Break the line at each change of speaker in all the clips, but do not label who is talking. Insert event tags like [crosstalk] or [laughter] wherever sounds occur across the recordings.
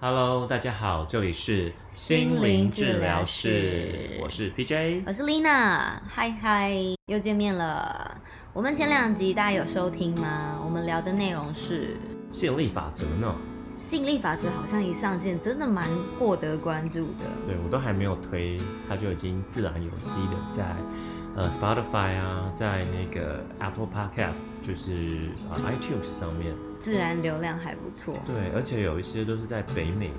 Hello，大家好，这里是
心灵治疗室
我是 PJ。
我是 Lina，嗨嗨，又见面了。我们前两集大家有收听吗？我们聊的内容是
吸引力法则呢？
吸引力法则，好像一上线真的蛮获得关注的。
对我都还没有推，它就已经自然有机的在呃 Spotify 啊，在那个 Apple Podcast，就是、呃 iTunes 上面。
自然流量还不错，
对，而且有一些都是在北美。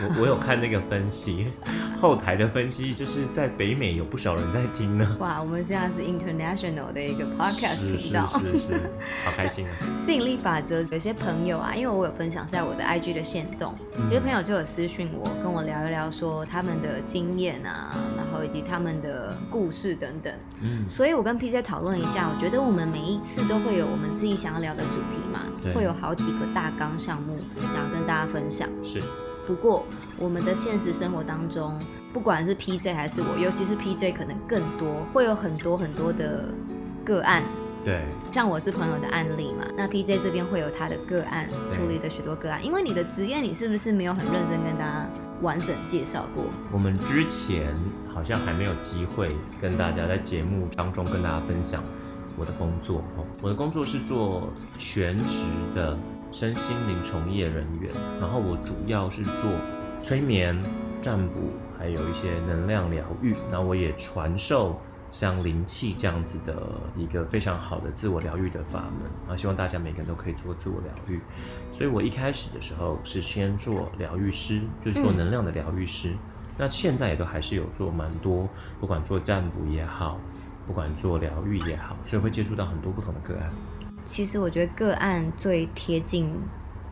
我我有看那个分析， [laughs] 后台的分析就是在北美有不少人在听呢。
哇，我们现在是 international 的一个
是
[laughs] podcast
是
频道。
是是，好开心啊！
吸引力法则，有些朋友啊，因为我有分享在我的 IG 的线动，
嗯
有些朋友就有私讯我，跟我聊一聊说他们的经验啊，然后以及他们的故事等等。
嗯，
所以我跟 PJ 讨论一下，我觉得我们每一次都会有我们自己想要聊的主题嘛
对，
会有好几个大纲项目想要跟大家分享。
是
不过我们的现实生活当中，不管是 PJ 还是我，尤其是 PJ 可能更多，会有很多很多的个案。
对，
像我是朋友的案例嘛，那 PJ 这边会有他的个案
嗯对
处理的许多个案，因为你的职业你是不是没有很认真跟大家完整介绍过？
我们之前好像还没有机会跟大家在节目当中跟大家分享我的工作哦。我的工作是做全职的身心灵从业人员，然后我主要是做催眠、占卜，还有一些能量疗愈。那我也传授像灵气这样子的一个非常好的自我疗愈的法门啊，希望大家每个人都可以做自我疗愈。所以我一开始的时候是先做疗愈师，就是做
嗯
能量的疗愈师。那现在也都还是有做蛮多，不管做占卜也好，不管做疗愈也好，所以会接触到很多不同的个案，
其实我觉得个案最贴近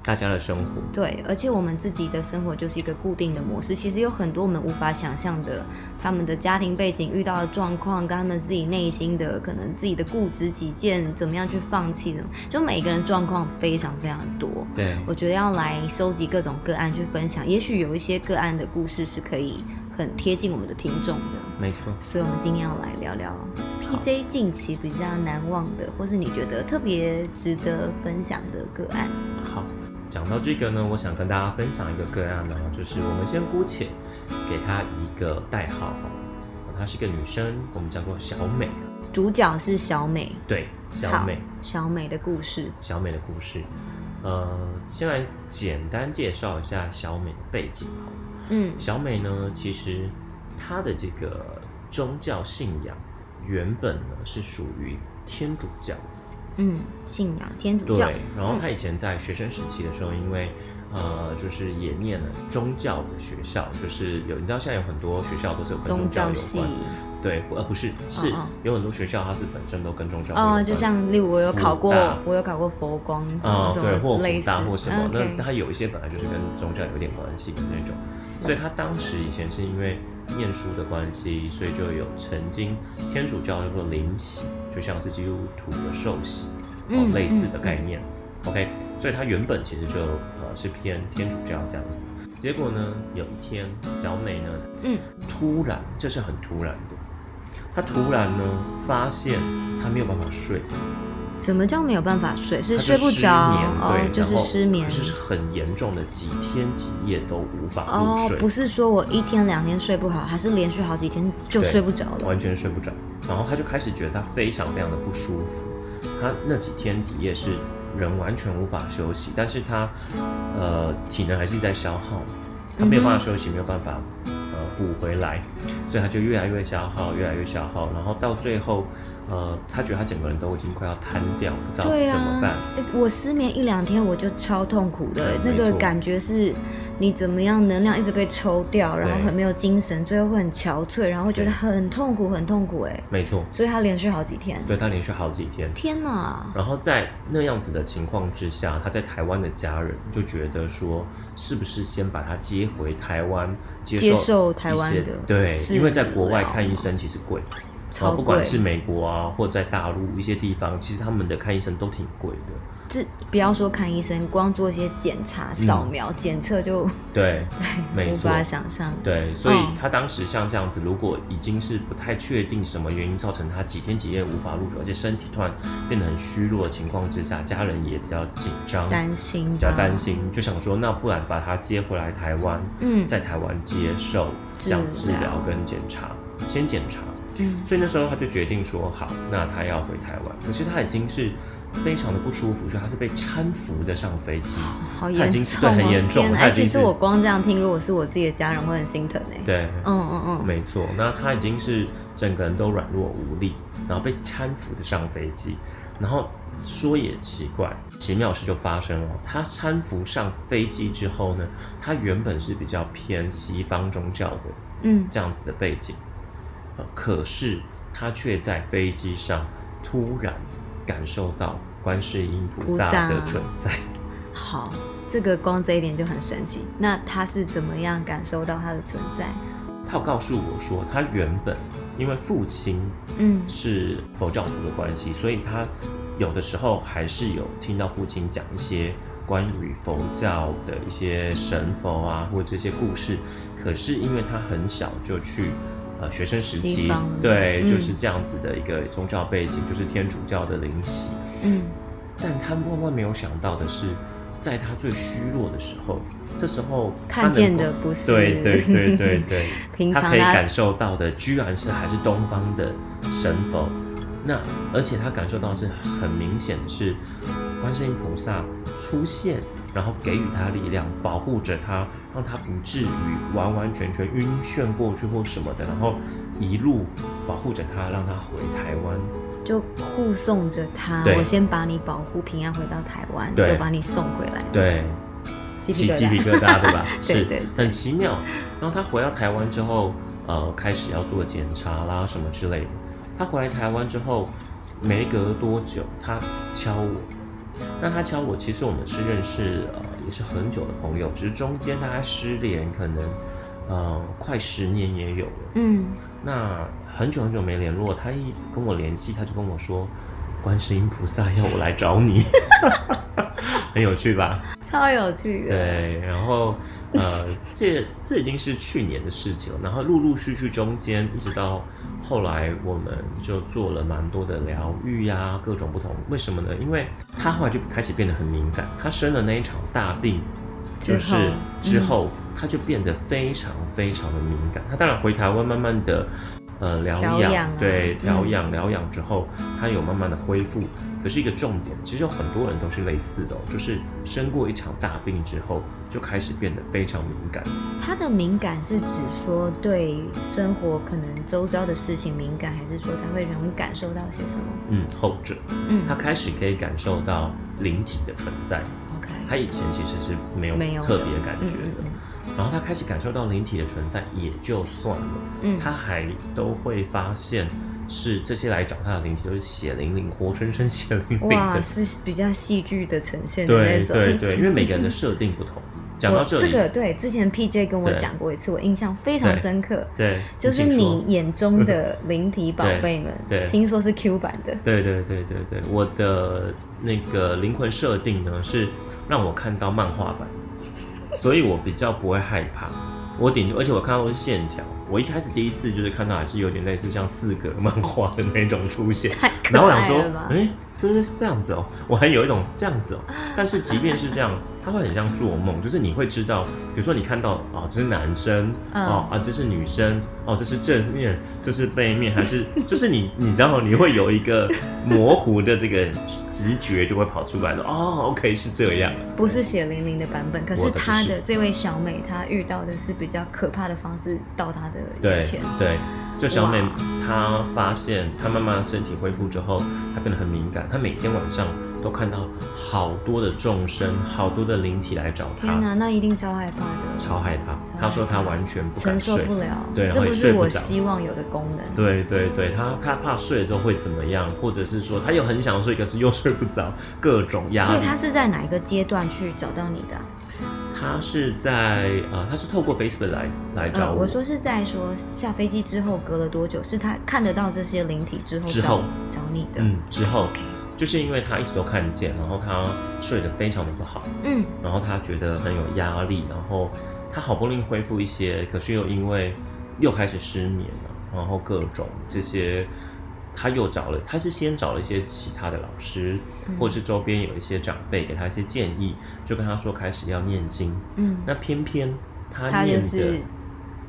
大家的生活。
对，而且我们自己的生活就是一个固定的模式，其实有很多我们无法想象的，他们的家庭背景遇到的状况，跟他们自己内心的可能自己的固执己见，怎么样去放弃的，就每个人状况非常非常多。
对，
我觉得要来搜集各种个案去分享，也许有一些个案的故事是可以很贴近我们的听众的，
没错。
所以我们今天要来聊聊 PJ 近期比较难忘的，或是你觉得特别值得分享的个案。
好，讲到这个呢，我想跟大家分享一个个案呢，就是我们先姑且给她一个代号好了，她是个女生，我们叫做小美。
主角是小美，
对，小
好
美，
小美的故事。
小美的故事。呃，先来简单介绍一下小美的背景好了。
嗯
小美呢，其实她的这个宗教信仰原本呢是属于天主教，
嗯，信仰天主
对
教。。
然后她以前在学生时期的时候，因为呃，就是也念了宗教的学校，就是有你知道现在有很多学校都是有跟宗
宗
教
教
有
系
关，对，不呃不是是
嗯
有很多学校它是本身都跟宗教会有
哦，
关
就像例如我有考过
福大，
我有考过佛光，
啊、
什
对，或
么
复
类似嗯
大或什么，
OK
那它有一些本来就是跟宗教有点关系的那种。
是
所以他当时以前是因为念书的关系，所以就有曾经天主教叫做灵洗，就像是基督徒的受洗，哦
嗯，
类似的概念。OK，所以他原本其实就呃是偏天主教这样子。结果呢，有一天小美呢，
嗯，
突然这是很突然的，她突然呢发现她没有办法睡，
什么叫没有办法睡？是
她
睡
就
不
失
着，
眠
哦
对，，
就
然
是
后
失眠
可。是是很严重的，几天几夜都无法入
哦
睡。，
不是说我一天两天睡不好，还是连续好几天就
对
睡不着了
完。全睡不着，然后他就开始觉得他非常非常的不舒服，他那几天几夜是人完全无法休息，但是他呃体能还是在消耗，他没有办法休息，没有办法呃补回来，所以他就越来越消耗，越来越消耗，然后到最后呃他觉得他整个人都已经快要瘫掉，不知道
对
怎么
啊
办，，
诶我失眠一两天我就超痛苦的，
对
那
没
个
错
感觉是，你怎么样能量一直被抽掉，然后
对
很没有精神，最后会很憔悴，然后会觉得
对
很痛苦，很痛苦哎。
没错，
所以他连续好几天。
对他连续好几天，
天哪，
然后在那样子的情况之下，他在台湾的家人就觉得说，是不是先把他接回台湾，接受
接受台湾
一些
的
对，
治
因为在国外
疗
看医
嘛
生其实贵，
超
不
贵
管是美国啊，或在大陆一些地方，其实他们的看医生都挺贵的。
这不要说看医生，光做一些检查、扫描、检测就哎
对嗯没
无
错
法想象。
对，所以
嗯
他当时像这样子，如果已经是不太确定什么原因造成他几天几夜无法入手，而且身体突然变得很虚弱的情况之下，家人也比较紧张，
担心，
比较担。心，就想说那不然把他接回来台湾，
嗯
在台湾接受这样治疗跟检查，先检查。
嗯，
所以那时候他就决定说好，那他要回台湾。可是他已经是非常的不舒服，所以他是被搀扶着上飞机。
好
他已
严
经是
重哦，
对很严重
天哪
他已经
其
是
实我光这样听，如果是我自己的家人，我会很心疼哎。
对，
嗯嗯嗯，
没错。那他已经是整个人都软弱无力，然后被搀扶着上飞机。然后说也奇怪，奇妙事就发生了。他搀扶上飞机之后呢，他原本是比较偏西方宗教的
嗯，
这样子的背景，呃可是他却在飞机上突然感受到观世音菩萨的存在。
好，这个光这一点就很神奇。那他是怎么样感受到它的存在？
他有告诉我说，他原本因为父亲
嗯
是佛教徒的关系，所以他有的时候还是有听到父亲讲一些关于佛教的一些神佛啊，或者这些故事。可是因为他很小就去。呃，学生时
西
期
方了，
对，
嗯
就是这样子的一个宗教背景，就是天主教的灵洗。
嗯，
但他万万没有想到的是，在他最虚弱的时候，这时候他
看见
能够
的不是，
对对对对对
平常啊
他可以
他
感受到的，居然是还是东方的神佛。那而且他感受到是很明显的是，观世音菩萨出现，然后给予他力量，保护着他，让他不至于完完全全晕眩过去或什么的，然后一路保护着他，让他回台湾。
[laughs] 就护送着他。
对
我先把你保护平安回到台湾，
对
就把你送回来。，
对，
鸡皮
起鸡皮
疙
疙
瘩。？
瘩，对吧
[laughs] 对
是
对
很奇妙。然后他回到台湾之后，呃，开始要做检查啦什么之类的。他回来台湾之后，没隔多久，他敲我。那他敲我，其实我们是认识，呃，也是很久的朋友，只是中间大家失联，可能，呃，快十年也有了。
嗯，
那很久很久没联络，他一跟我联系，他就跟我说，观世音菩萨要我来找你， [laughs] 很有趣吧？
超有趣的。，
对，然后 [laughs] 呃，这这已经是去年的事情了。然后陆陆续续中间，一直到后来，我们就做了蛮多的疗愈呀、各种不同。为什么呢？因为他后来就开始变得很敏感。他生了那一场大病，就
之
是
后
之
嗯
后，他就变得非常非常的敏感。他当然回台湾，慢慢的呃疗
调
养，
养啊
对，调
嗯
养疗养之后，他有慢慢的恢复。可是一个重点，其实有很多人都是类似的、哦，就是生过一场大病之后，就开始变得非常敏感。
他的敏感是指说对生活可能周遭的事情敏感，还是说他会容易感受到些什么？
嗯，后者，
嗯
他开始可以感受到灵体的存在，
，OK，
他以前其实是没有
没有的
特别感觉
嗯
的。然后他开始感受到灵体的存在也就算了，
嗯，
他还都会发现是这些来找他的灵体都是血淋淋、活生生血淋淋
哇
的。
是比较戏剧的呈现的那
对
种。
对
嗯
对，因为每个人的设定不同。讲
我
到这里，
个对，之前 PJ 跟我
对
讲过一次，我印象非常
对
深刻，
对，
就是
请说
你眼中的灵体宝贝们
[laughs] ，对对
听说是 Q 版的， [laughs]
对对对对对，我的那个灵魂设定呢是让我看到漫画版的，所以我比较不会害怕。我顶多，而且我看到都是线条。我一开始第一次就是看到还是有点类似像四格漫画的那种出现，
太可
然后我想
爱
说
了吧，？
哎，这是这样子哦，我还有一种这样子
[laughs]
哦。但是即便是这样，它会很像做梦，就是你会知道，比如说你看到哦，这是男生，
嗯
哦啊，这是女生，哦，这是正面，这是背面，还是就是你你知道你会有一个模糊的这个直觉就会跑出来了。哦，OK 是这样，
不是血淋淋的版本，可
我
是
的不
他
是
的这位小美，她遇到的是比较可怕的方式到她的
对
眼前，
对。就小美
哇，
她发现她慢慢身体恢复之后，她变得很敏感。她每天晚上都看到好多的众生，好多的灵体来找她。
天哪，那一定超害怕的，
超害怕
超害怕，
他说他完全不
承
敢
受
睡。
不了，
对然
这
后
不
也
是
睡不
我
着
希望有的功能，
对对对，他他怕睡了之后会怎么样，或者是说他又很想睡，可是又睡不着，各种压
所以
力。
他是在哪一个阶段去找到你的啊、
他他是在呃，他是透过 Facebook 来来找
呃，
我。
我说是在说下飞机之后隔了多久，是他看得到这些灵体之后
之
找
后
找你的。
嗯，之后就是因为他一直都看见，然后他睡得非常的不好，
嗯
然后他觉得很有压力，然后他好不容易恢复一些，可是又因为又开始失眠了，然后各种这些，他又找了，他是先找了一些其他的老师，
嗯
或者是周边有一些长辈给他一些建议，就跟他说开始要念经，
嗯，
那偏偏他
他
念
就
的，
是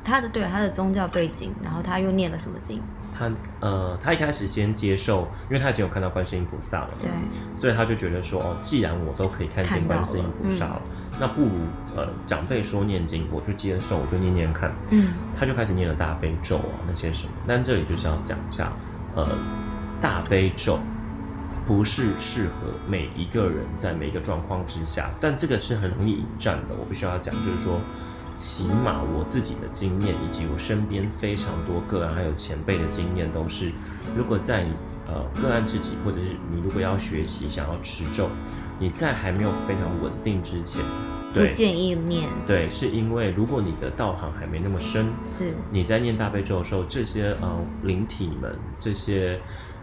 他的对他的宗教背景，然后他又念了什么经？
他呃，他一开始先接受，因为他已经有看到观世音菩萨了，
对，
所以他就觉得说，哦，既然我都可以看见观世音菩萨了，那不如呃长辈说念经，我就接受，我就念念看。
嗯
他就开始念了大悲咒啊那些什么。但这里就是要讲一下，呃，大悲咒不是适合每一个人在每一个状况之下，但这个是很容易引战的。我必须要讲，就是说。起码我自己的经验，以及我身边非常多个案，还有前辈的经验，都是，如果在你呃个案自己，或者是你如果要学习想要持咒，你在还没有非常稳定之前，
不
对
建议念，
对，是因为如果你的道行还没那么深，
是
你在念大悲咒的时候，这些呃灵体们，这些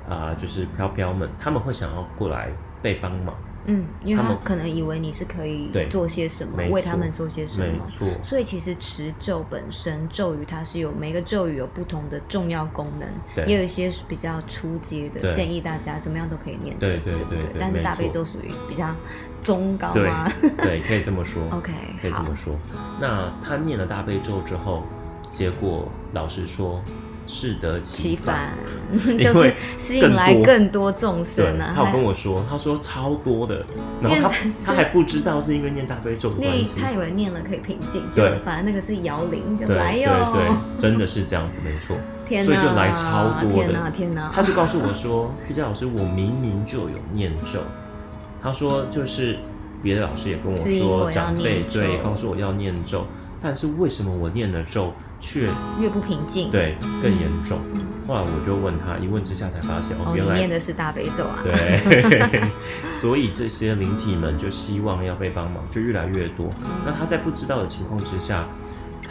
啊、呃就是飘飘们，他们会想要过来被帮忙，
嗯，因为
他
他
们
可能以为你是可以
对
做些什么
没，
为
错
他们做些什
没
么。
错，
所以其实持咒本身，咒语它是有每个咒语有不同的重要功
对
能，也有一些是比较初阶
对
的，建议大家怎么样都可以念的。
对对对对
但
没
是大悲
错
咒属于比较中高
对
吗
对，可以这么说
[laughs] ？OK，
可以这
好
么，说。那他念了大悲咒之后，结果老实说，适得
其
其
反
反。
[laughs]
因
就
为
是吸引来
更多
更多众生
对，
啊，
他有
还
跟我说，他说超多的，然后
因为
他
这是
他还不知道是因为念大悲咒的关
念
系，
他以为念了可以平静，就
对
反正那个是摇铃，就
对
来
对
哟，
对，真的是这样子，没错。
天
所以就
哪
来超多的
天哪天哪，
他就告诉我说：“徐佳老师，我明明就有念咒。”他说：“就是别的老师也跟我
是因为我
说，
要
长辈
念咒
对告诉我要念咒，但是为什么我念了咒却
越不平静，，
对更严重
嗯？”
后来我就问他，一问之下才发现
哦
哦，，
你
原来
念的是大悲咒啊， [laughs]
对，所以这些灵体们就希望要被帮忙，就越来越多。那他在不知道的情况之下，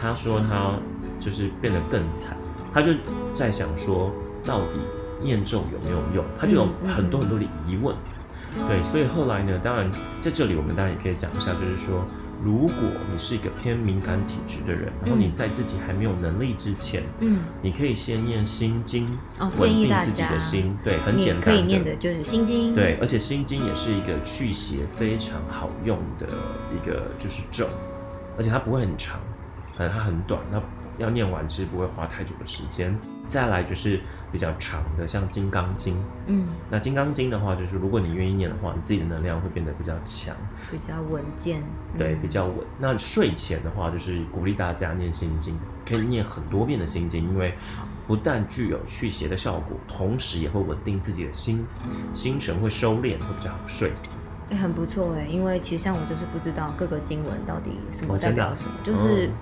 他说他就是变得更惨，他就在想说，到底念咒有没有用？他就有
嗯嗯
很多很多的疑问。对，所以后来呢，当然在这里我们当然也可以讲一下，就是说，如果你是一个偏敏感体质的人，然后你
嗯
在自己还没有能力之前，
嗯，
你可以先念心经，
哦
稳
建议
定
大
自己的
家
心，对，很
你
简单
可以念的就是心经，
对，，而且心经也是一个去邪非常好用的一个就是咒，而且它不会很长，呃，它很短，它要念完其实不会花太久的时间。再来就是比较长的，像《金刚经》。
嗯，
那《金刚经》的话，就是如果你愿意念的话，你自己的能量会变得比较强，
比较稳健，
对，
嗯
比较稳。那睡前的话，就是鼓励大家念心经，可以念很多遍的心经，因为不但具有去邪的效果，同时也会稳定自己的心，心神会收敛，会比较好睡。
欸很不错哎，因为其实像我就是不知道各个经文到底什
哦
么代
真的啊
表什么，就是
嗯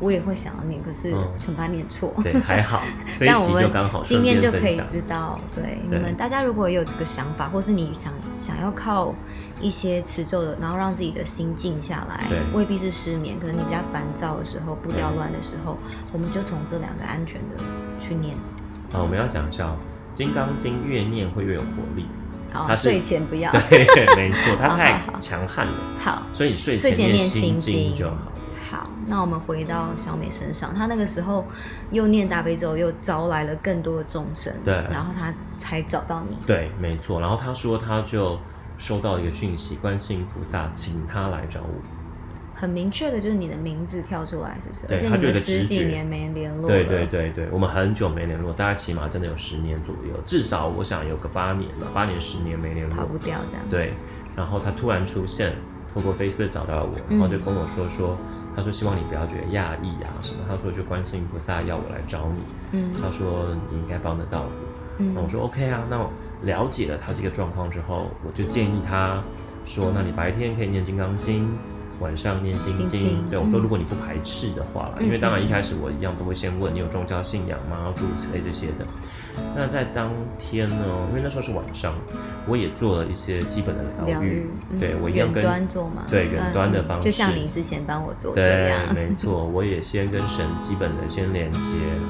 我也会想要念，可是
嗯
很怕念错。 [laughs]
对，还好，这一
但我
集
们
就刚好
今
顺便
天就
分
可以
享。
知道，对
对
你们大家如果也有这个想法，或是你想想要靠一些持咒的，然后让自己的心静下来
对，
未必是失眠，可能你比较烦躁的时候、步调
对
乱的时候，我们就从这两个安全的去念。
啊，我们要讲一下哦，《金刚经》越念会越有活
[laughs]
力。
好，
它是
睡前不要。
对， [laughs] 没错，它太
好好好
强悍了，
[laughs] 好，
所以你睡
睡前
念
念
心
心
经
经
就好。
好，那我们回到小美身上，她那个时候又念大悲咒，又招来了更多的众生，
对
然后她才找到你。
对，没错。然后他说，他就收到一个讯息，观世音菩萨请他来找我。
很明确的就是你的名字跳出来，是不是？
对
而且
他
你
就有
们
个直
十几
觉
年没联络了，
对对对对，我们很久没联络，大概起码真的有十年左右，至少我想有个八年吧，八年十年没联
跑
络。
不掉这样。
对，然后他突然出现，透过 Facebook 找到我，然后就跟我说说，他说希望你不要觉得讶异啊什么，他说就观世音菩萨要我来找你，
嗯
他说你应该帮得到我，
嗯
那我说 OK 啊，那我了解
嗯
了他这个状况之后，我就建议他说，那你白天可以念金刚经。晚上念心
心
经。
经
对我说，如果你不排斥的话啦，因为
嗯
当然一开始我一样都会先问你有宗教信仰吗，诸如此类这些的。那在当天呢，因为那时候是晚上，我也做了一些基本的疗
疗
愈
愈，，嗯
对我一样
远
跟
端做嘛，
对远端的
嗯
方式，
就像你之前帮我做这
对，
样，
没
[laughs]
错，我也先跟神基本的先连接，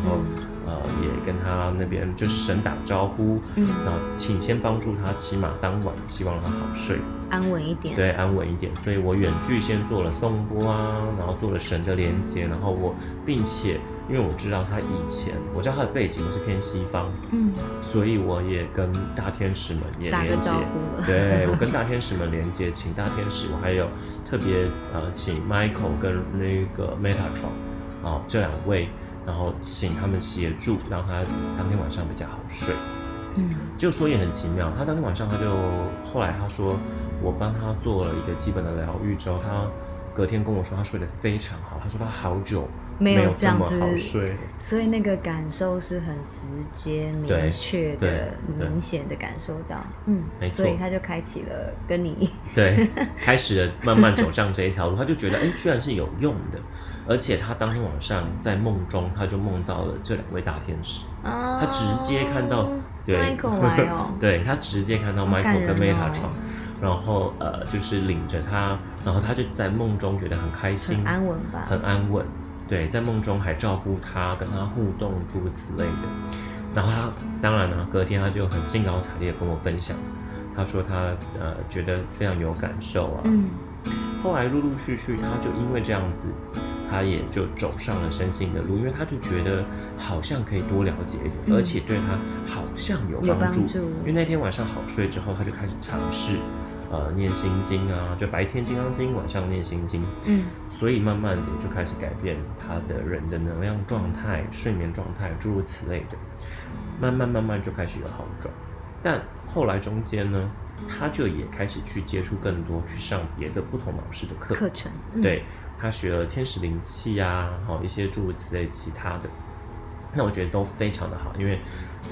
然后、呃也跟他那边就是神打招呼，
嗯，
然后请先帮助他，起码当晚希望他好睡，
安稳一点，
对，安稳一点。所以我远距先做了颂钵啊，然后做了神的连接，然后我并且因为我知道他以前，我知道他的背景是偏西方，
嗯，
所以我也跟大天使们也
打个
连接
招。呼
[laughs]
了，
对我跟大天使们连接，请大天使，我还有特别呃，请 Michael 跟那个 Metatron 哦这两位，然后请他们协助，让他当天晚上比较好睡。
嗯
就说也很奇妙，他当天晚上他就后来他说，我帮他做了一个基本的疗愈之后，他隔天跟我说他睡得非常好，他说他好久
没有这
这
样
么
子
好 [laughs] 睡，
所以那个感受是很直接、
对
明确
对
的、
对
明显的感受到，嗯
没，错
所以他就开启了
[laughs]
跟你，
对，开始了慢慢走上这一条路，他就觉得哎、诶居然是有用的，而且他当天晚上在梦中，他就梦到了这两位大天使，
啊
他直接看到对，
Michael 来哦
[laughs] 对他直接看到
好感
Michael 跟
人
Meta
哦
床，然后呃就是领着他，然后他就在梦中觉得很开心，
很安稳吧？
很安稳，对，在梦中还照顾他，跟他互动，诸如此类的。然后他当然呢、隔天他就很兴高采烈地跟我分享，他说他呃觉得非常有感受啊。
嗯，
后来陆陆续续，他就因为这样子，他也就走上了身心的路，因为他就觉得好像可以多了解一点，
嗯
而且对他好像有
有
帮
帮
助。
助
因为那天晚上好睡之后，他就开始尝试，呃，念心经啊，就白天金刚经，晚上念心经。
嗯，
所以慢慢的就开始改变他的人的能量状态、睡眠状态，诸如此类的，慢慢慢慢就开始有好转。但后来中间呢，
嗯
他就也开始去接触更多，去上别的不同老师的课，
课程，嗯，
对他学了天使灵气啊，好一些诸如此类其他的，那我觉得都非常的好，因为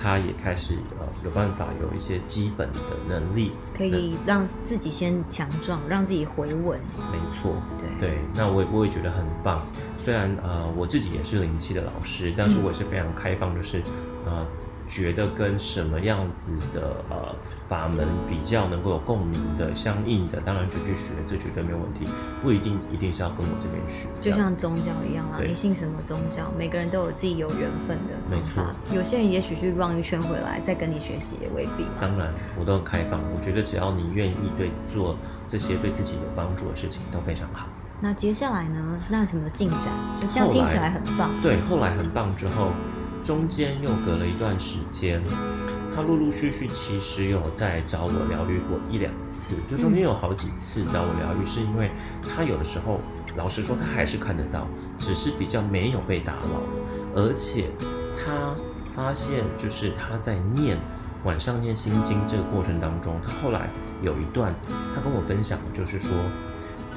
他也开始呃有办法有一些基本的能力，
可以让自己先强壮，让自己回稳，
没错，
对，
对，那我也我也觉得很棒。虽然呃我自己也是灵气的老师，但是
嗯
我也是非常开放，就是呃觉得跟什么样子的呃法门比较能够有共鸣的、相应的，当然就去学，这绝对没有问题。不一定一定是要跟我这边学，
就
这样
像
子
宗教一样啦，
对
你信什么宗教，每个人都有自己有缘分的
没
方法。有些人也许去 run 一圈回来再跟你学习，也未必嘛。
当然我都很开放。我觉得只要你愿意对做这些对自己有帮助的事情，都非常好。
那接下来呢？那什么进展？就这样
后
听起
来
来很棒。
对，后来很棒之后，中间又隔了一段时间，他陆陆续续其实有在找我疗愈过一两次，就中间有好几次找我疗愈，是因为他有的时候，老实说他还是看得到，只是比较没有被打扰，而且他发现就是他在念。晚上念心经这个过程当中，他后来有一段，他跟我分享，就是说，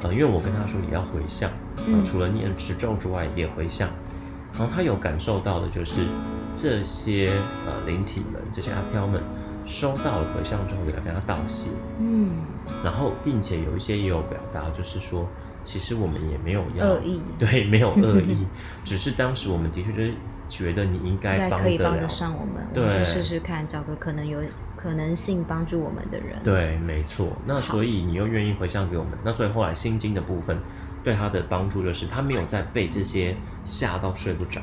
呃，因为我跟他说也要回向，
嗯
呃除了念持咒之外，也回向。然后他有感受到的就是这些呃灵体们、这些阿飘们收到了回向之后，也来跟他道谢，
嗯，
然后并且有一些也有表达，就是说其实我们也没有要
恶意
对，没有恶
[laughs]
意，只是当时我们的确就是觉得你应
应
该
该
帮
可以
得
帮得
了。
上我们，我们
对
去试试看，找个可能有可能性帮助我们的人。，
对，没错。那所以你又愿意回向给我们，那所以后来心经的部分对他的帮助就是他没有再被这些吓到睡不着，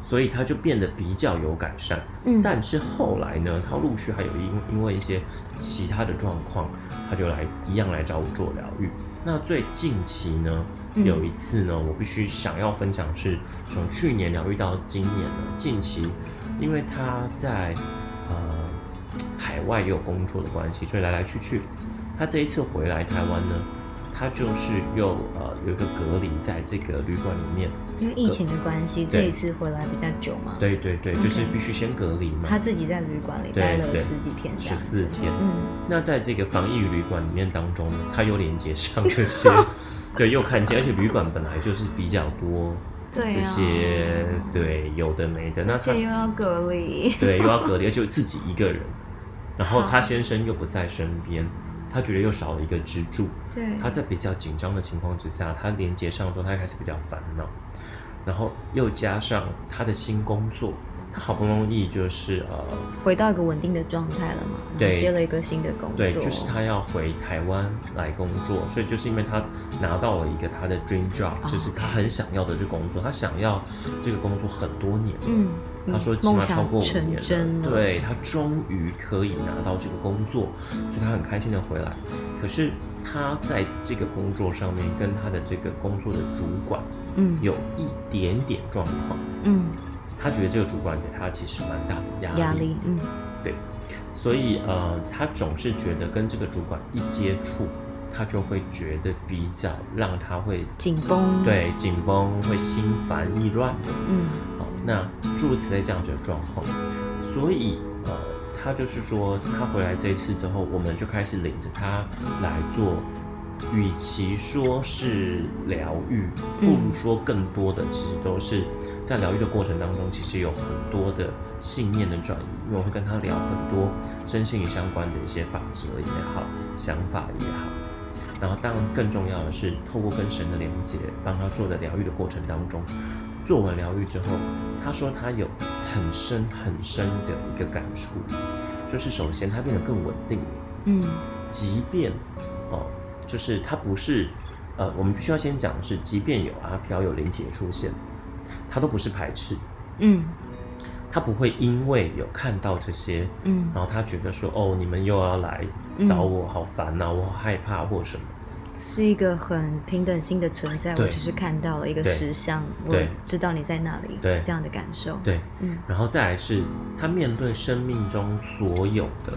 所以他就变得比较有改善。
嗯，
但是后来呢，他陆续还有因因为一些其他的状况，他就来一样来找我做疗愈。那最近期呢，
嗯
有一次呢，我必须想要分享是从去年疗愈到今年呢，近期因为他在呃海外也有工作的关系，所以来来去去。他这一次回来台湾呢，他就是又呃有一个隔离在这个旅馆里面。
因为疫情的关系，
对
这一次回来比较久嘛，
对对对，就是
OK
必须先隔离嘛，
他自己在旅馆里
对
待了
对
十几天，
十四。天。
嗯，
那在这个防疫旅馆里面当中，它又连接上这
[laughs]
些，对，又看见，而且旅馆本来就是比较多
对啊。
这些，对，有的没的，那
而
他
且又要隔离，
对又要隔离，而且自己一个人，然后
好 [laughs]
他先生又不在身边，他觉得又少了一个支柱。
对，
他在比较紧张的情况之下，他连接上之后，他开始比较烦恼，然后又加上他的新工作，他好不容易就是呃，
回到一个稳定的状态了嘛，然后
对
接了一个新的工作，嗯
对，就是他要回台湾来工作，所以就是因为他拿到了一个他的 dream job，
哦
就是他
OK
很想要的这个工作，他想要这个工作很多年了。
嗯，嗯
他说起
梦
码超
想
过五
成
年
真了，
对他终于可以拿到这个工作，所以他很开心的回来。可是他在这个工作上面跟他的这个工作的主管
嗯，
有一点点状况，
嗯
他觉得这个主管给他其实蛮大的压力，
压力，嗯
所以呃，他总是觉得跟这个主管一接触，他就会觉得比较让他会
紧绷，，
对紧绷，会心烦意乱的。
嗯
好，哦那诸如此类这样子的状况，所以呃，他就是说，他回来这一次之后，我们就开始领着他来做，与其说是疗愈，不如说更多的其实都是在疗愈的过程当中，其实有很多的信念的转移，因为我会跟他聊很多身心灵相关的一些法则也好，想法也好。然后，当然更重要的是，透过跟神的连接，帮他做的疗愈的过程当中，做完疗愈之后，他说他有很深很深的一个感触，就是首先他变得更稳定，
嗯
即便哦，就是他不是呃，我们必须要先讲的是，即便有啊阿飘有灵体的出现，他都不是排斥，
嗯
他不会因为有看到这些，
嗯，
然后他觉得说哦，你们又要来找我，好烦呐、我好害怕或什么。
是一个很平等性的存在，我
对
只是看到了一个
对
实相，我
对
知道你在那里，
对
这样的感受，
对，
嗯
然后再来是他面对生命中所有的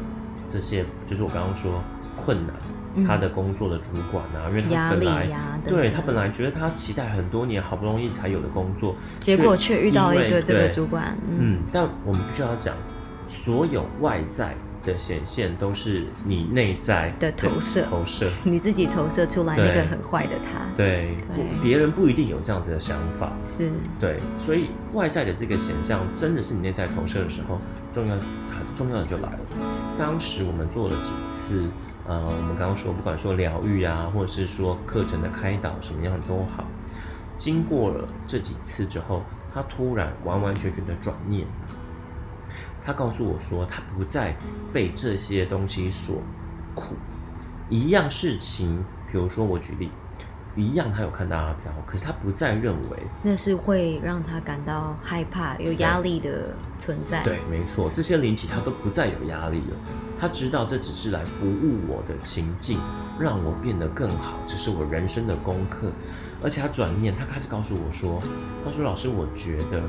这些，就是我刚刚说困难，
嗯
他的工作的主管啊，因为他
压
本
力
来
呀，等
对
等
他本来觉得他期待很多年，好不容易才有的工作，
结果却遇到一个这个主
管。
管，嗯
嗯，但我们必须要讲，所有外在的显现都是你内在
的投射
投射。
你自己投射出来那
对
个很坏的他，
对，不
对
别人不一定有这样子的想法。
是，
对，所以外在的这个显象真的是你内在投射的时候，重要很重要的就来了。当时我们做了几次，呃，我们刚刚说不管说疗愈啊，或者是说课程的开导什么样都好，经过了这几次之后，他突然完完全全的转念，他告诉我说，他不再被这些东西所苦。一样事情，比如说我举例，一样他有看到阿飘，可是他不再认为
那是会让他感到害怕、有压力的存在，
对，没错，这些灵体它都不再有压力了，他知道这只是来服务我的情境，让我变得更好，这是我人生的功课。而且他转念，他开始告诉我说：“他说老师，我觉得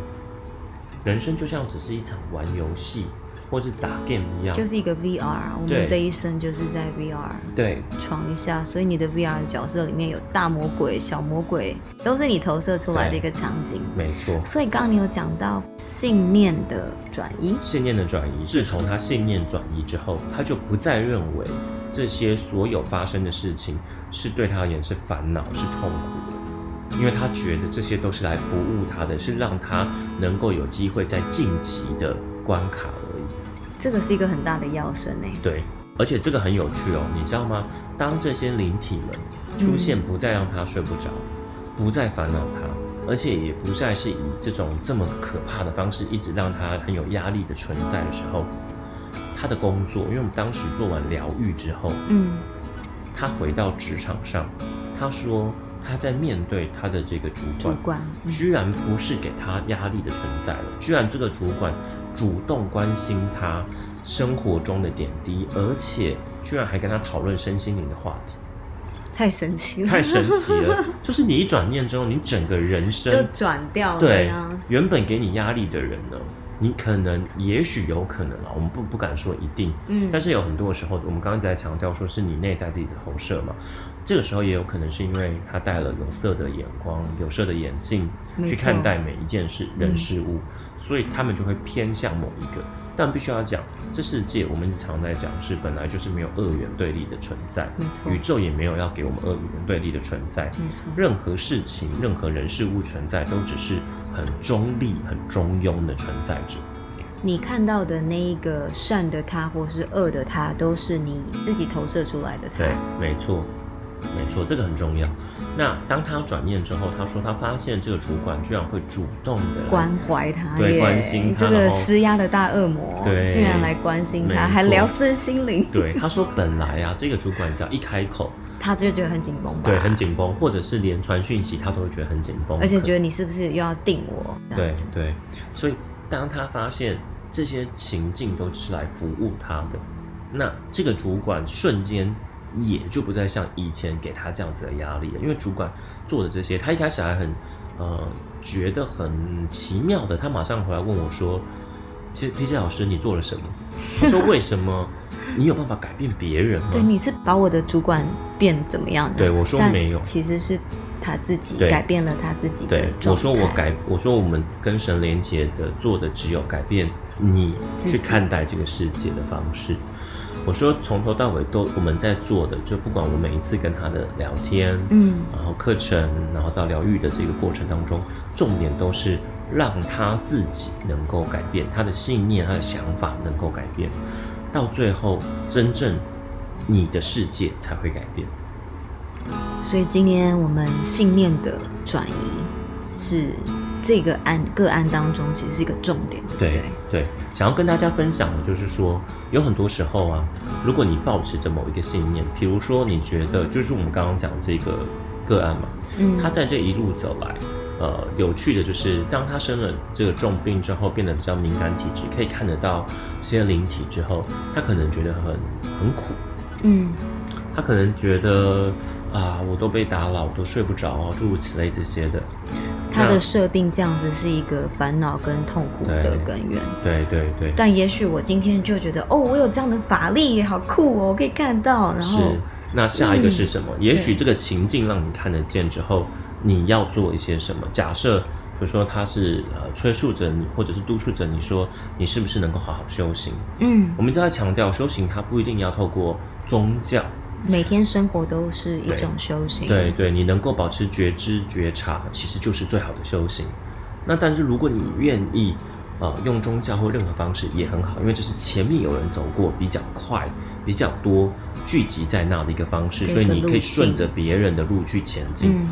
人生就像只是一场玩游戏或是打 game 一样，
就是一个 VR，我们
对
这一生就是在 VR
对
闯一下，所以你的 VR 角色里面有大魔鬼、小魔鬼，都是你投射出来的一个场景。
没错。”
所以刚刚你有讲到信念的转移，
信念的转移，自从他信念转移之后，他就不再认为这些所有发生的事情是对他而言是烦恼、是痛苦的，因为他觉得这些都是来服务他的，是让他能够有机会在晋级的关卡而已。
这个是一个很大的要声诶、
对，而且这个很有趣哦，你知道吗？当这些灵体们出现，不再让他睡不着，不再烦恼他，而且也不再是以这种这么可怕的方式一直让他很有压力的存在的时候，他的工作，因为我们当时做完疗愈之后，
嗯，
他回到职场上，他说他在面对他的这个主
主
管，
管，嗯
居然不是给他压力的存在了，居然这个主管主动关心他生活中的点滴，而且居然还跟他讨论身心灵的话题，
太神奇了，
太神奇了！就是你一转念之后，你整个人
就啊
生
转掉了
对
呀。
原本给你压力的人呢，你可能也许有可能啊，我们不不敢说一定，
嗯，
但是有很多的时候，我们刚刚一直在强调说是你内在自己的投射嘛，这个时候也有可能是因为他戴了有色的眼光、有色的眼镜
没
去
错
看待每一件事、
嗯
人事物，所以他们就会偏向某一个。但必须要讲，这世界我们一直常在讲是本来就是没有二元对立的存在，
没错
宇宙也没有要给我们二元对立的存在。
没错，
任何事情、任何人事物存在，都只是很中立、很中庸的存在着。
你看到的那一个善的他或是恶的他，都是你自己投射出来的他。
对，没错，没错，这个很重要。那当他转念之后，他说他发现这个主管居然会主动的
关怀他
对
耶，
关心他
这
然
个
后
施压的大恶魔，
对
竟然来关心他，
没
还
错
聊身心灵，
对，他说本来啊，这个主管只要一开口，
他就觉得很紧绷吧？
对，很紧绷，或者是连传讯息他都会觉得很紧绷，
而且
可
觉得你是不是又要定我？这
对
样子
对，所以当他发现这些情境都是来服务他的，那这个主管瞬间也就不再像以前给他这样子的压力了，因为主管做的这些，他一开始还很呃觉得很奇妙的，他马上回来问我说：“其实 P J 老师，你做了什么？”我说：“为什么你有办法改变别人吗？”
对，你是把我的主管变怎么样的？
嗯对我说
但
没有
其实是他自己
对
改变了他自己的
对，
状
我说我
态
改，我说我们跟神连接的做的只有改变你
自
去
己
看待这个世界的方式。我说从头到尾都我们在做的，就不管我每一次跟他的聊天，
嗯，
然后课程，然后到疗愈的这个过程当中，重点都是让他自己能够改变他的信念、他的想法能够改变，到最后真正你的世界才会改变。
所以今天我们信念的转移是这个案个案当中其实是一个重点，对不
对
对？
对，想要跟大家分享的就是说，有很多时候啊，如果你保持着某一个信念，比如说你觉得就是我们刚刚讲这个个案嘛，
嗯，
他在这一路走来，呃，有趣的就是当他生了这个重病之后，变得比较敏感体质，可以看得到这些灵体之后，他可能觉得很很苦，
嗯
他可能觉得啊，我都被打扰，我都睡不着啊，诸如此类这些的，
他
那
的设定这样子是一个烦恼跟痛苦的
对
根源。
对对对，
但也许我今天就觉得，哦，我有这样的法力，好酷哦，我可以看到。然
是
后，，嗯
那下一个是什么？也许
对
这个情境让你看得见之后，你要做一些什么？假设，比如说他是呃催促着你，或者是督促着你说，你是不是能够好好修行？
嗯
我，们一直在强调，修行它不一定要透过宗教，
每天生活都是一
对
种修行。
对对，你能够保持觉知觉察，其实就是最好的修行。那但是如果你愿意，呃，用宗教或任何方式也很好，因为这是前面有人走过，比较快，比较多聚集在那的一个方式，
对
所以
一个
你可以
路
顺
径
着别人的路去前进，
嗯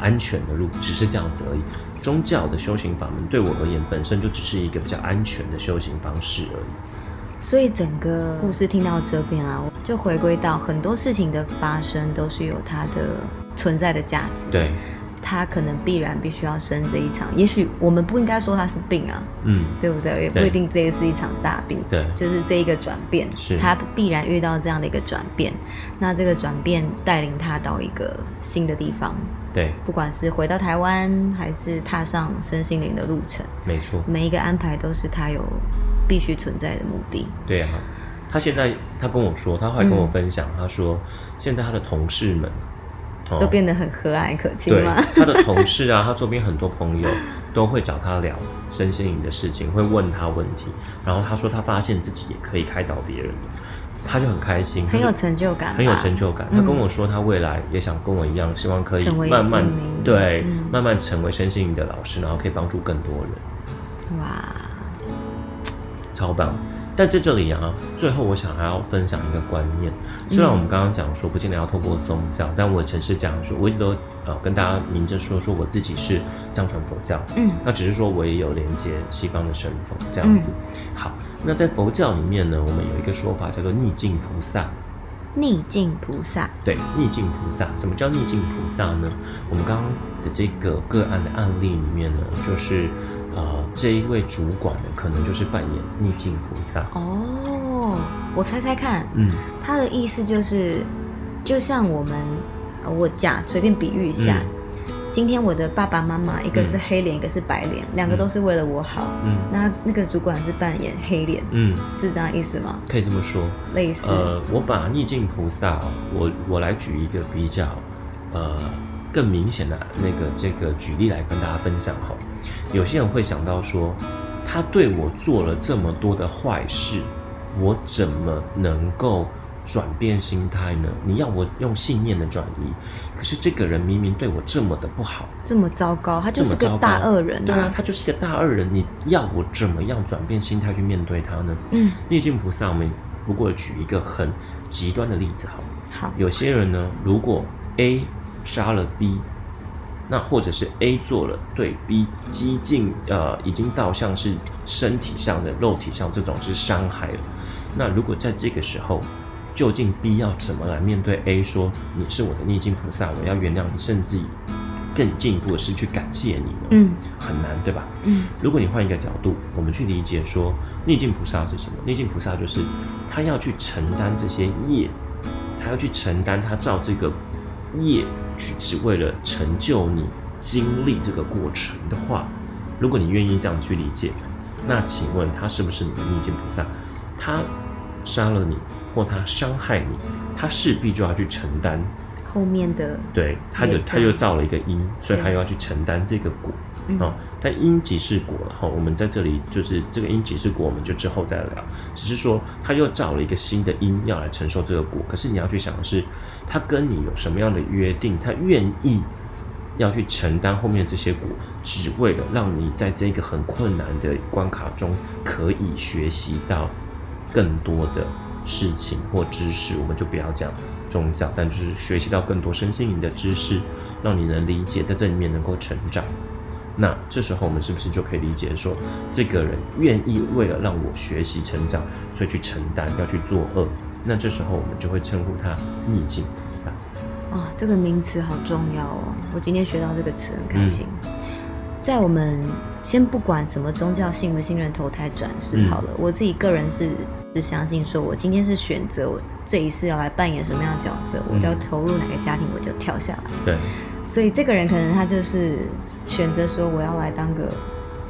安全的路，只是这样子而已。宗教的修行法门对我而言，本身就只是一个比较安全的修行方式而已。
所以整个故事听到这边啊，我就回归到很多事情的发生都是有它的存在的价值。，
对，
它可能必然必须要生这一场，也许我们不应该说它是病啊，
嗯，
对不对？也不
对
一定这是一场大病。
对，
就是这一个转变，
是
他必然遇到这样的一个转变，那这个转变带领他到一个新的地方，
对，
不管是回到台湾，还是踏上身心灵的路程，
没错。
每一个安排都是他有必须存在的目的。
对啊，他现在他跟我说，他后来跟我分享，他说现在他的同事们、哦
都变得很和蔼可亲
对
吗？
他的同事啊，他 [laughs] 周边很多朋友都会找他聊身心灵的事情，会问他问题。然后他说他发现自己也可以开导别人，他就很开心，
很有
他就
成就感吧，
很有成就感。
嗯
他跟我说，他未来也想跟我一样，希望可以
成为一
慢慢
名
对、
嗯
慢慢成为身心灵的老师，然后可以帮助更多人。
哇！
超棒。但在这里啊，最后我想还要分享一个观念，虽然我们刚刚讲说不尽量要透过宗教，但我只是讲说，我一直都呃跟大家明着说，说我自己是藏传佛教，
嗯，
那只是说我也有连接西方的神佛这样子。好，那在佛教里面呢，我们有一个说法叫做逆境菩萨，
逆境菩萨，
对，逆境菩萨。什么叫逆境菩萨呢？我们刚刚的这个个案的案例里面呢，就是呃这一位主管呢，可能就是扮演逆境菩萨。
哦，我猜猜看，
嗯，
他的意思就是，就像我们，呃我假随便比喻一下，
嗯
今天我的爸爸妈妈，一个是黑脸，一个是白脸，两个都是为了我好。
嗯
那那个主管是扮演黑脸，
嗯，
是这样意思吗？
可以这么说。
类似，
呃，我把逆境菩萨哦，我我来举一个比较呃更明显的那个这个举例来跟大家分享哈。有些人会想到说，他对我做了这么多的坏事，我怎么能够转变心态呢？你要我用信念的转移，可是这个人明明对我这么的不好，
这么糟糕，他就
这么
是个
糟糕
大恶人
对啊，他就是一个大恶人，你要我怎么样转变心态去面对他呢？
嗯，
逆境菩萨，我们如果举一个很极端的例子好了，
好，
有些人呢，如果 A 杀了 B，那或者是 A 做了对 B 激进，呃，已经到像是身体上的、肉体上这种是伤害了。那如果在这个时候，究竟 B 要怎么来面对 A 说你是我的逆境菩萨，我要原谅你，甚至更进一步的是去感谢你呢？
嗯
很难，对吧？
嗯
如果你换一个角度，我们去理解说，逆境菩萨是什么？逆境菩萨就是他要去承担这些业，他要去承担他造这个业，去只为了成就你经历这个过程的话，如果你愿意这样去理解，那请问他是不是你的逆境菩萨？他杀了你，或他伤害你，他势必就要去承担，
后面的
对，他
没
就
错
他就造了一个因，所以他
对
又要去承担这个果。
嗯
哦，但因即是果了哈、我们在这里就是这个因即是果，我们就之后再聊。只是说他又找了一个新的因要来承受这个果，可是你要去想的是，他跟你有什么样的约定，他愿意要去承担后面这些果，只为了让你在这个很困难的关卡中可以学习到更多的事情或知识，我们就不要讲宗教，但就是学习到更多身心灵的知识，让你能理解，在这里面能够成长。那这时候我们是不是就可以理解说，这个人愿意为了让我学习成长，所以去承担，要去作恶？那这时候我们就会称呼他逆境菩萨。
哦，这个名词好重要哦！我今天学到这个词，很开心。
嗯
在我们先不管什么宗教信不信任投胎转世
嗯
好了，我自己个人是是相信说，我今天是选择我这一世要来扮演什么样的角色，我
嗯
就要投入哪个家庭，我就跳下来。
对，
所以这个人可能他就是选择说，我要来当个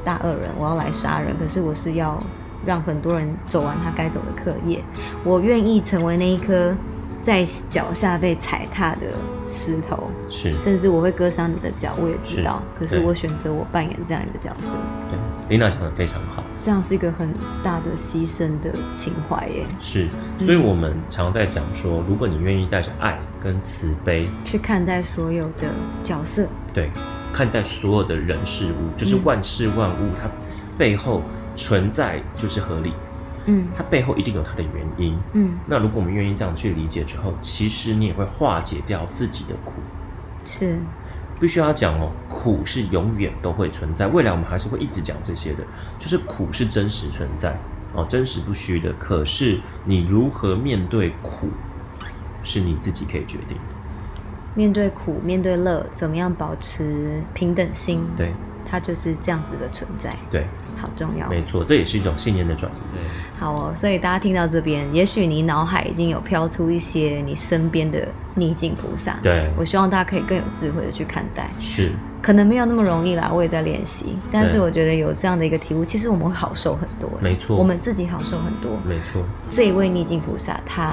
大恶人，我要来杀人，可是我是要让很多人走完他该走的课业，我愿意成为那一颗在脚下被踩踏的石头，
是，
甚至我会割伤你的脚，我也知道。
是
可是我选择我扮演这样一个角色，
对，琳娜讲的非常好。
这样是一个很大的牺牲的情怀耶。
是，所以我们常在讲说，如果你愿意带着爱跟慈悲，
去看待所有的角色，
对，看待所有的人事物，就是
嗯
万事万物，它背后存在就是合理，
嗯
它背后一定有它的原因。
嗯，
那如果我们愿意这样去理解之后，其实你也会化解掉自己的苦。
是
必须要讲哦，苦是永远都会存在，未来我们还是会一直讲这些的，就是苦是真实存在哦，真实不虚的。可是你如何面对苦，是你自己可以决定的。
面对苦，面对乐，怎么样保持平等心？
对
它就是这样子的存在，
对，
好重要。
没错，这也是一种信念的转移。
好哦，所以大家听到这边，也许你脑海已经有飘出一些你身边的逆境菩萨。，
对，
我希望大家可以更有智慧的去看待，
是，
可能没有那么容易啦，我也在练习。但是
对
我觉得有这样的一个体悟，其实我们会好受很多。
没错
我们自己好受很多。
没错，
这一位逆境菩萨，他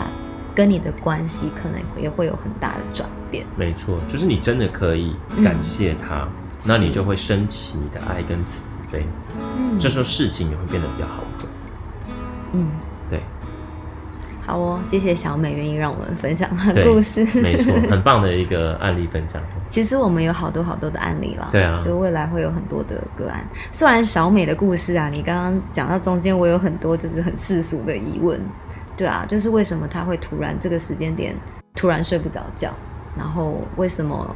跟你的关系可能也会有很大的转变。
没错，就是你真的可以感谢他，那你就会升起你的爱跟慈悲，
嗯
这时候事情也会变得比较好转。
嗯。
对，
好哦，谢谢小美愿意让我们分享她的
对
故事。
没错，很棒的一个案例分享。
[laughs] 其实我们有好多好多的案例啦，
对啊
就未来会有很多的个案。虽然小美的故事啊，你刚刚讲到中间，我有很多就是很世俗的疑问，对啊，就是为什么她会突然这个时间点突然睡不着觉，然后为什么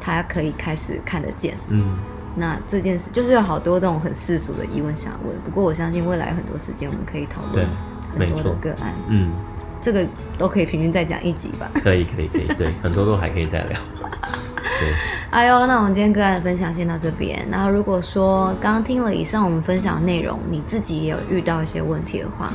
她可以开始看得见？
嗯，
那这件事就是有好多那种很世俗的疑问想要问。不过我相信未来很多时间我们可以讨论
对
很
没
多的
错
个案，
嗯，
这个都可以平均再讲一集吧。
可以，可以，可以，对，很多都还可以再聊。对，
哎呦，那我们今天个案的分享先到这边。然后如果说刚刚听了以上我们分享的内容，你自己也有遇到一些问题的话，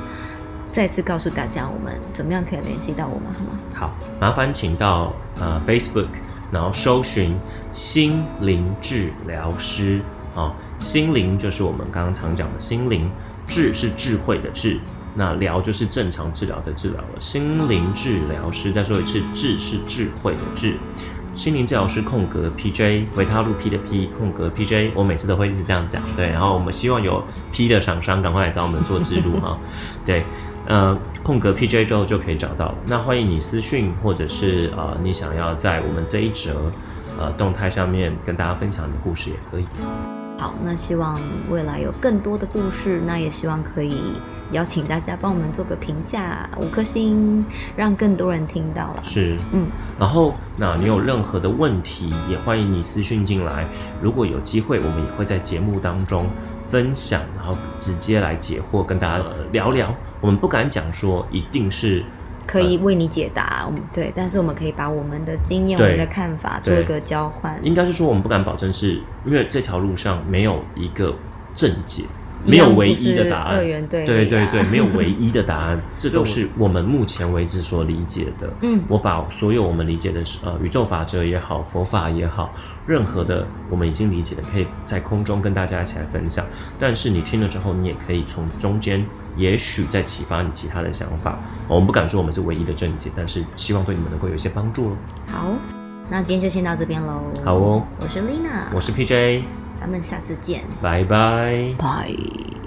再次告诉大家我们怎么样可以联系到我们，好吗？
好，麻烦请到呃 Facebook，然后搜寻心灵治疗师啊、心灵就是我们刚刚常讲的心灵，智是智慧的智，那疗就是正常治疗的治疗了。心灵治疗师，再说一次，智是智慧的智。心灵治疗师空格 PJ 维他露 P 的 P 空格 PJ，我每次都会一直这样讲，对。然后我们希望有 P 的厂商赶快来找我们做植入啊，对。呃，空格 PJ 之后就可以找到了。那欢迎你私讯，或者是呃你想要在我们这一折呃动态上面跟大家分享你的故事也可以。
好，那希望未来有更多的故事，那也希望可以邀请大家帮我们做个评价，五颗星，让更多人听到了。
是，
嗯，
然后那你有任何的问题，也欢迎你私讯进来。如果有机会，我们也会在节目当中分享，然后直接来解惑，跟大家呃聊聊。我们不敢讲说一定是
可以为你解答，我们对，但是我们可以把我们的经验、我
对
们的看法做
对
一个交换，
应该是说我们不敢保证是，因为这条路上没有一个正解，没有唯一的答
嗯一样不是二
案。
元对
对
立
对
啊
对，没有唯一的答 [laughs] 案，
所
这
以
都
我
是我们目前为止所理解的。
嗯，
我把所有我们理解的是呃宇宙法则也好，佛法也好，任何的我们已经理解的，可以在空中跟大家一起来分享。但是你听了之后，你也可以从中间，也许再启发你其他的想法。我们不敢说我们是唯一的正解，但是希望对你们能够有一些帮助咯。
好，那今天就先到这边喽。
好哦，
我是 Lina，
我是 PJ，
咱们下次见，
拜拜。
拜。